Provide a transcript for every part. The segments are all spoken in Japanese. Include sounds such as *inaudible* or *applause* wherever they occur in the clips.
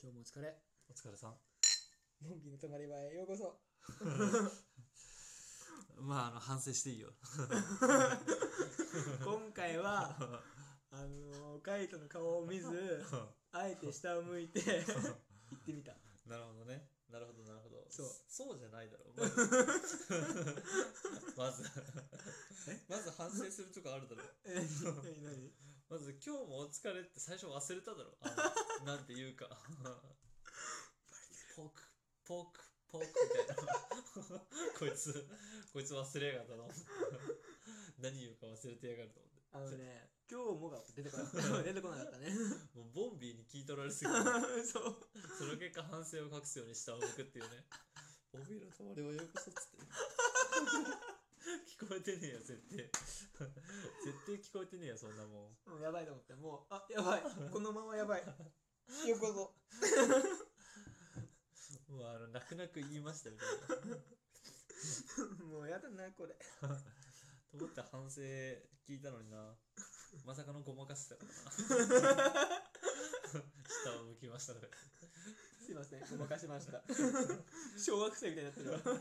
今日もお疲れお疲れさん。モンキーの泊まり場へようこそまあ、あの反省していいよ。 *laughs* 今回 *laughs* はあのー、カイトの顔を見 *laughs* ずあえて下を向いて行ってみたなるほどね。なるほど、なるほど。そうそうじゃないだろう。 *laughs* まずえ、まず、まず反省するとこあるだろう。 *laughs* え何何何まず、今日もお疲れって最初忘れただろう。あのなんていうか。ポーク、ポーク、ポークみたいな。こいつ、こいつ忘れやがったの。何言うか忘れてやがると思って。あのね今日もが出てこなかった *laughs* 出てこなかったねもうボンビーに聞い取られすぎて。 *laughs* そうその結果反省を隠すように下を向くっていう *laughs* ね。おびのたまりはようこそっつって。 *laughs* 聞こえてねえよ、絶対。絶対聞こえてねえよ、そんなもん。もうやばいと思ってもうあやばいこのままやばいようこそもうあの、泣く泣く言いましたみたいな。 *laughs* もうやだなこれと思って反省聞いたのにな。まさかのごまかしてたからな。 *laughs* 下を向きましたとか言って *laughs* すいませんごまかしました *laughs* 小学生みたいになってるわ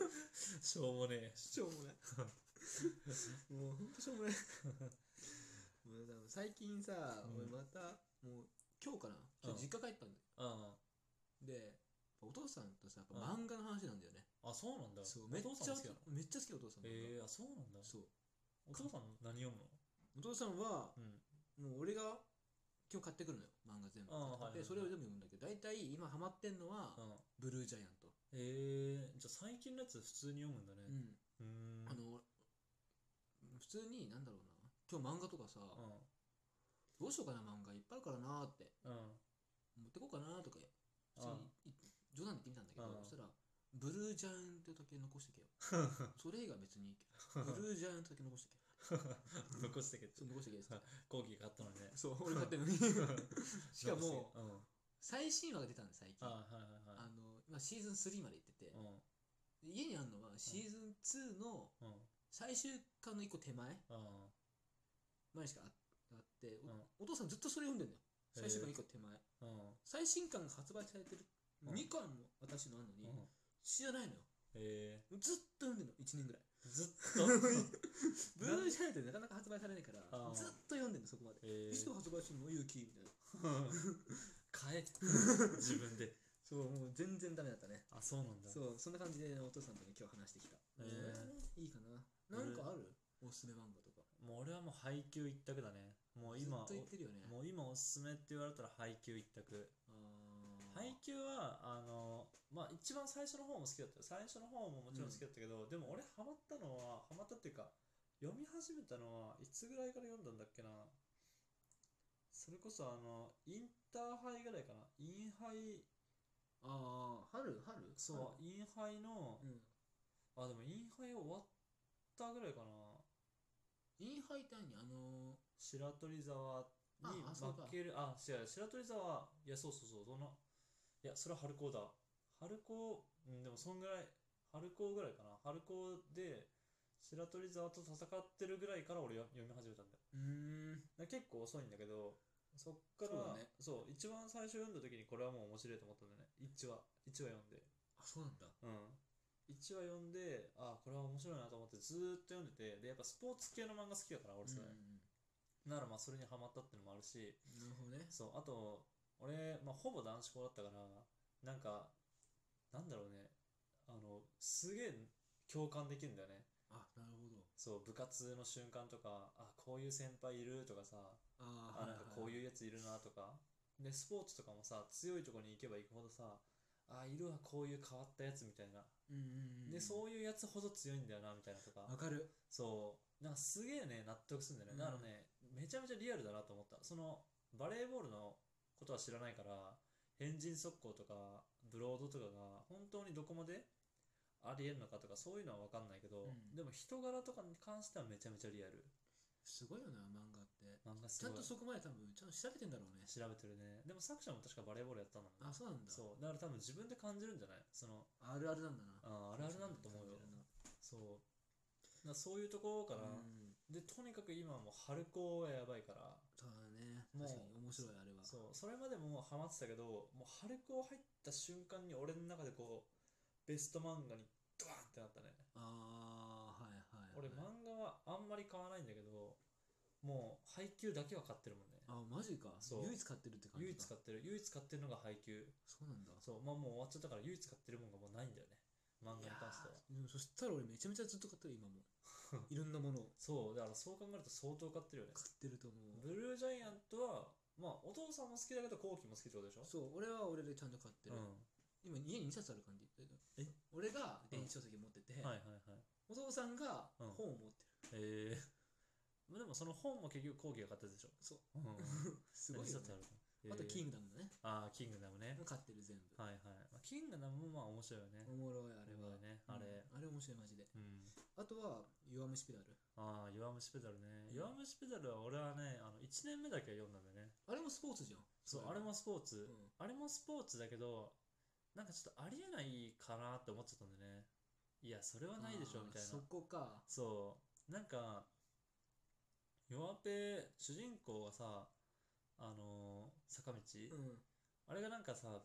しょうもねえ。しょうもないもうほんとしょうもないもうでも最近さ、うん俺またもう今日かな今日うん実家帰ったんだよ、あでお父さんとさやっぱうん漫画の話なんだよね、あ、あ、そうなんだ。そうめおっちゃ父さんも好きなのめっちゃ好きお父さんの漫画えー、あ、そうなんだ。そうお父さん何読むのお父さんはうん。もう俺が今日買ってくるのよ漫画全部あーはいはいはいでそれを全部読むんだけど大体今ハマってんのは、うん。ブルージャイアント、えー、じゃあ最近のやつ普通に読むんだね。うんうーんあの普通になんだろうな今日漫画とかさ、どうしようかな漫画いっぱいあるからなーってうんうん持ってこうかなとか普通あにい冗談で言ってみたんだけどうんそしたらブルージャイアントだけ残して *laughs* けよそれ以外別にいいけどブルージャイアントだけ残してけ *laughs* 残してけどそう残 *laughs* してけっつって講義買ったのにねそう俺買ってる *laughs* のにしかもうん最新話が出たんで最近ああはいはいはいの今シーズン3まで行っててうん家にあるのはシーズン2のうん最終巻の1個手前あ前しかああってうんおお父さんずっとそれ読んでんだよへー最終巻1個手前うん最新巻が発売されてるうん2巻も私のあるのにうん知らないのよえずっと読んでるの1年ぐらいーず *laughs* っとブルージャイアント *laughs* なかなか発売されないからあーずっと読んでるのそこまで、えいつー発売するの勇気みたいな *laughs* 買え自分で *laughs* そうもう全然ダメだったねあそうなんだそうそんな感じでお父さんとね今日話してきた、へーいいかななんかあるおすすめ漫画とかもう俺はもう配給一択だねもう今ずっと言ってるよねおもう今おすすめって言われたら配給一択あー配給はあのまあ一番最初の方も好きだったよ最初の方ももちろん好きだったけど、でも俺ハマったのはハマったっていうか読み始めたのはいつぐらいから読んだんだっけなそれこそあのインターハイぐらいかなインハイあー春春そうインハイの春、うんあでもインハイ終わったぐらいかなインハイタイにあの白鳥沢にああそうか負けるあ違う白鳥沢いやそうそうそうそのいやそれは春高だ春高うんでもそんぐらい春高ぐらいかな春高で白鳥沢と戦ってるぐらいから俺は読み始めたんだよー、うーんだから結構遅いんだけどそっからそうだねそう一番最初読んだ時にこれはもう面白いと思ったんだよね1話1話読んであそうなんだうん、1話読んであこれは面白いなと思ってずーっと読んでてでやっぱスポーツ系の漫画好きだから俺それ、うんならまあそれにハマったってのもあるしなるほどねそうあと俺、まあ、ほぼ男子校だったからなんかなんだろうねあのすげえ共感できるんだよねあなるほどそう部活の瞬間とかあこういう先輩いるとかさあーあなんかうこういうやついるなとかでスポーツとかもさ強いとこに行けば行くほどさあいるわこういう変わったやつみたいなうんうんうんでそういうやつほど強いんだよなみたいなとわかかるそうなんかすげえね納得するんだよね、うんあのねめちゃめちゃリアルだなと思ったそのバレーボールのことは知らないから変人速攻とかブロードとかが本当にどこまでありえるのかとかそういうのは分かんないけど、うんでも人柄とかに関してはめちゃめちゃリアルすごいよな漫画って漫画ちゃすんとそこまごいで多分ちゃんと調べてんだろうね調べてるねでも作者も確かバレーボールやったんだもんあねそうなんだそうだから多分自分で感じるんじゃないそのあるあるなんだなあーあれあれなんだと思うよ感じるなそうだからそういうところから、うんでとにかく今はもう春高はやばいからそうだねもう確かに思面白いあれはそうそれまでもハマってたけどもうハルコ入った瞬間に俺の中でこうベスト漫画にドワンってなったねああはいはい、はい、俺漫画はあんまり買わないんだけどもう配給だけは買ってるもんねあマジかそう唯一買ってるって感じ唯一買ってってる唯一買ってるのが配給そうなんだそうまあもう終わっちゃったから唯一買ってるもんがもうないんだよね漫画に関してはいやーでもそしたら俺めちゃめちゃずっと買ってる *laughs* 今もいろんなものをそうだからそう考えると相当買ってるよね買ってると思うブルージャイアントはまあお父さんも好きだけど後期も好きってことでしょそう俺は俺でちゃんと買ってる、う今家に2冊ある感じえ俺が電子書籍持ってて、んはいはいはいお父さんがうん本を持ってる、へえまあでもその本も結局講義が買ったでしょそううんすごいよ、ね、あとキングダムだねああキングダムねもう買ってる全部はいはいまあキングダムもまあ面白いよねおもろいあれはおもろいねあれうんあれ面白いマジでうんあとは弱虫ペダルああ弱虫ペダルね弱虫ペダルは俺はねあの1年目だけ読んだんだよねあれもスポーツじゃんそうあれもスポーツうんあれもスポーツだけどなんかちょっとありえないかなって思っちゃったんだよねいやそれはないでしょみたいあーなそこかそうなんか弱ペ主人公がさあのー坂道、うんうんあれがなんかさ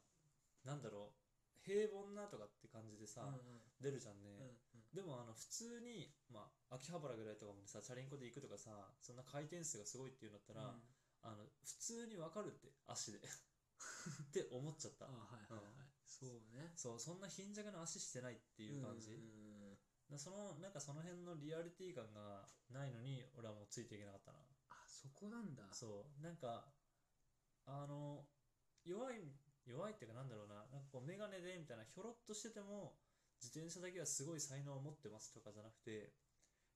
なんだろう平凡なとかって感じでさ、うん出るじゃんね、うんうんでもあの普通に、まあ、秋葉原ぐらいとかもさチャリンコで行くとかさそんな回転数がすごいっていうんだったら、うんあの普通にわかるって *laughs* 足でって思っちゃったあはいはいはい、そうねそうそんな貧弱な足してないっていう感じ、うんうんうんだそのなんかその辺のリアリティ感がないのに俺はもうついていけなかったなあそこなんだそうなんかあの弱い弱いっていうかなんだろうななんかこうメガネでみたいなひょろっとしてても自転車だけはすごい才能を持ってますとかじゃなくて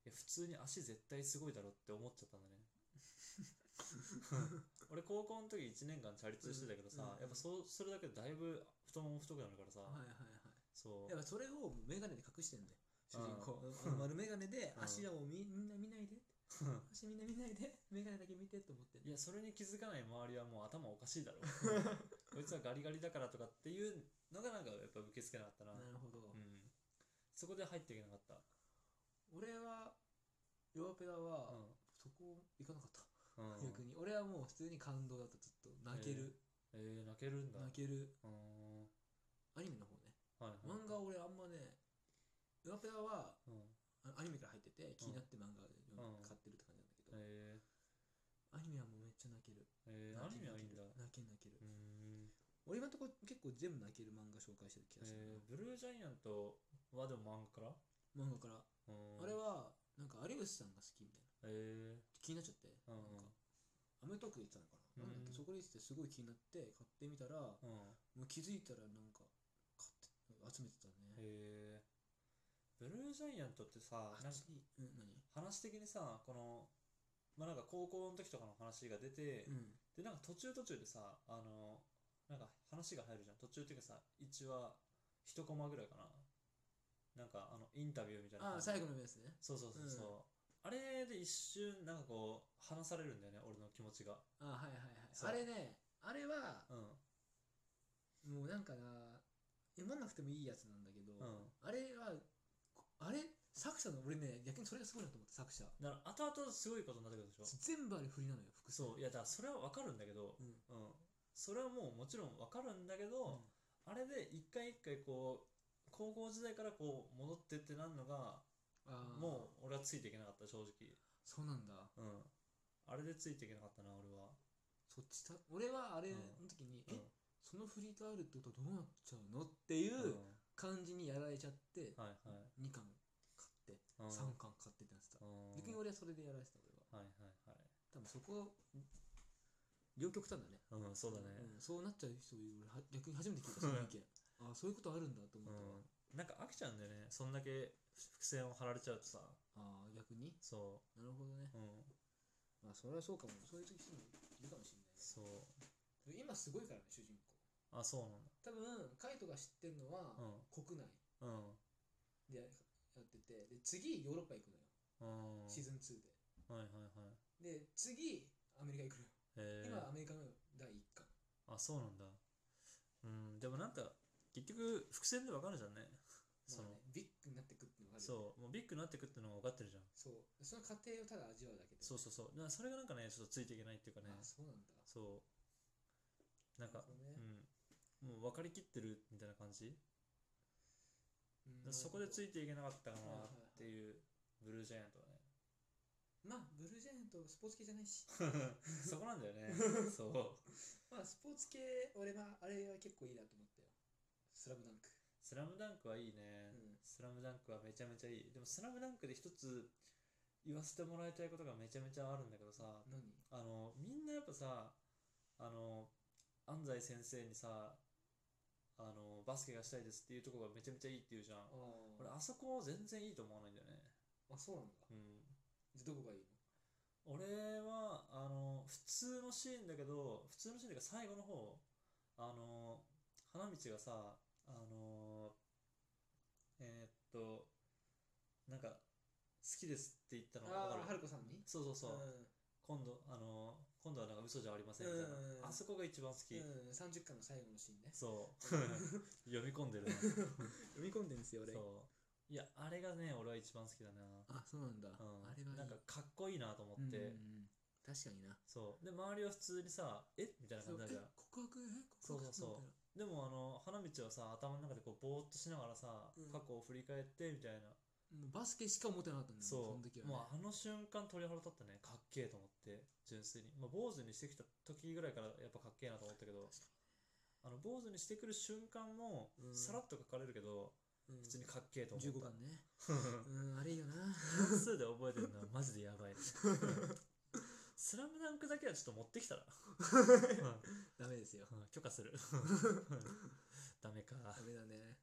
いや普通に足絶対すごいだろって思っちゃったんだね俺高校の時1年間チャリ通してたけどさ、うんうんやっぱそうそれだけでだいぶ太もも太くなるからさ、はいはいはいそうやっぱそれをもう眼鏡で隠してんだよ主人公あのあー丸眼鏡でうん足をみみんな見ないで足みんな見ないで眼鏡だけ見てと思っていやそれに気づかない周りはもう頭おかしいだろ *laughs* こいつはガリガリだからとかっていうのがなんかやっぱ受け付けなかったな、なるほど、うん、そこで入っていけなかった、俺はヨーペダは、うんそこ行かなかった、うん逆に俺はもう普通に感動だったずっと泣ける、えー、泣けるんだ泣けるうーんアニメの方ねはいはい漫画は俺あんまねヨーペダはうんあのアニメから入ってて気になって漫画を読んでうん買ってるって感じなんだけど、えアニメはもうめっちゃ泣けるー、えー、アニメはいいんだう泣ける泣ける泣けるーん、俺今のとこ結構全部泣ける漫画紹介してる気がすえるー、ブルージャイアントはでも漫画からな、漫画からうーんあれはなんか有吉さんが好きみたいなえ気になっちゃって、うんなんかアメトークで言ってたのかな,、なんだっうんけそこで言っててすごい気になって買ってみたら、ー、うんもう気づいたらなんか買って集めてたねえー、ブルージャイアントってさあなんっかちにうん何話的にさこのまあなんか高校の時とかの話が出て、うんでなんか途中途中でさあのなんか話が入るじゃん途中っていうかさ1話1コマぐらいかななんかあのインタビューみたいなあ感あじ最後のやつねそうそうそうそう、あれで一瞬なんかこう話されるんだよね俺の気持ちがあはいはいそうはいあれねあれはうんもうなんかな読まなくてもいいやつなんだけど、んあれはこあれ作者の俺ね逆にそれがすごいなと思って作者だから後々すごいことになってくるでしょ全部あれ振りなのよ服装そういやだからそれはわかるんだけどうんうんそれはもうもちろんわかるんだけうん、どあれで一回一回こう高校時代からこう戻ってってなんのがあーもう俺はついていけなかった正直そうなんだうん。あれでついていけなかったな、俺は。そっちさ俺はあれうんの時に、うんえその振りがあるってことはどうなっちゃうのっていうううん感じにやられちゃって、はいはい。 2巻買って、うん3巻買ってってなってた、うん逆に俺はそれでやられてた俺ははいはいはい。多分そこ両極端だねうん、そうだね。うんそうなっちゃう人いる俺は逆に初めて聞いたその意見ああそういうことあるんだと思うったわ、ん。なんか飽きちゃうんだよね。そんだけ伏線を張られちゃうとさ。ああ逆にそなるほどねう。うまあん。それはそうかもそういう人もいるかもしれないねそ今すごいからね主人公う。あ、そうなんだ。多分カイトが知ってるのは、国内うん。でやっててで次ヨーロッパ行くのよ、うん。うん。シーズン2はいはいはい。でで次アメリカ行くのよ、へえ。今アメリカの第1巻あ、そうなんだ。うん。でもなんか、結局、伏線でわかるじゃ *laughs* んね。そまあのね、ビッグになってくっていうのがあるよねそう。もうビッグになってくってのが分かってるじゃん。そうその過程をただ味わうだけでそうそうそう。だからそれがなんかね、ちょっとついていけないっていうかねあ。そうなんだそう。なんかなる、ほどねうん、もう分かりきってるみたいな感じ、うんだからそこでついていけなかったかなってういうブルージャイアントは *laughs* ねまあブルージャイアントスポーツ系じゃないし *laughs* そこなんだよね *laughs* そうまあスポーツ系俺はあれは結構いいなと思ったよスラムダンク「スラムダンクはいいね、うんスラムダンクはめちゃめちゃいいでも「スラムダンクで一つ言わせてもらいたいことがめちゃめちゃあるんだけどさ何あのみんなやっぱさあの安西先生にさあのバスケがしたいですっていうところがめちゃめちゃいいって言うじゃんあ俺ああそこ全然いいと思わないんだよねあそうなんだうんでどこがいいの俺はあの普通のシーンだけど普通のシーンだけど最後の方あの花道がさあのえーっとなんか好きですって言ったのわああかはるるこさんにそうそうそう、ん今度あの今度はなんか嘘じゃありませんみたいうんうんうんなあそこが一番好き、うん、30巻の最後のシーンねそう *laughs* 読み込んでるなそ読み込んでんですよういやあれがね俺は一番好きだな、あそうなんだ、うん、あれはいいなんかかっこいいなと思うんっうんて、うん確かになそうで周りは普通にさえみたいな感じなんじゃんそうえ告白えそ告うそう白そうでもあの花道はさ頭の中でこうぼーっとしながらさ、うん過去を振り返ってみたいな、うもうバスケしか思ってなかったんだよそうその時は、ね、もうあの瞬間鳥肌立ったねかっけえと思って純粋に、まあ、坊主にしてきた時ぐらいからやっぱかっけえなと思ったけど確かあの坊主にしてくる瞬間もうんさらっと書かれるけど、に、うん、普通にかっけえと思った15巻 *laughs* ねうんあれいいよな関数で覚えてるのはマジでやばい *laughs* スラムダンクだけはちょっと持っ *laughs* てきたらうんダメですようん許可するダメかダメだね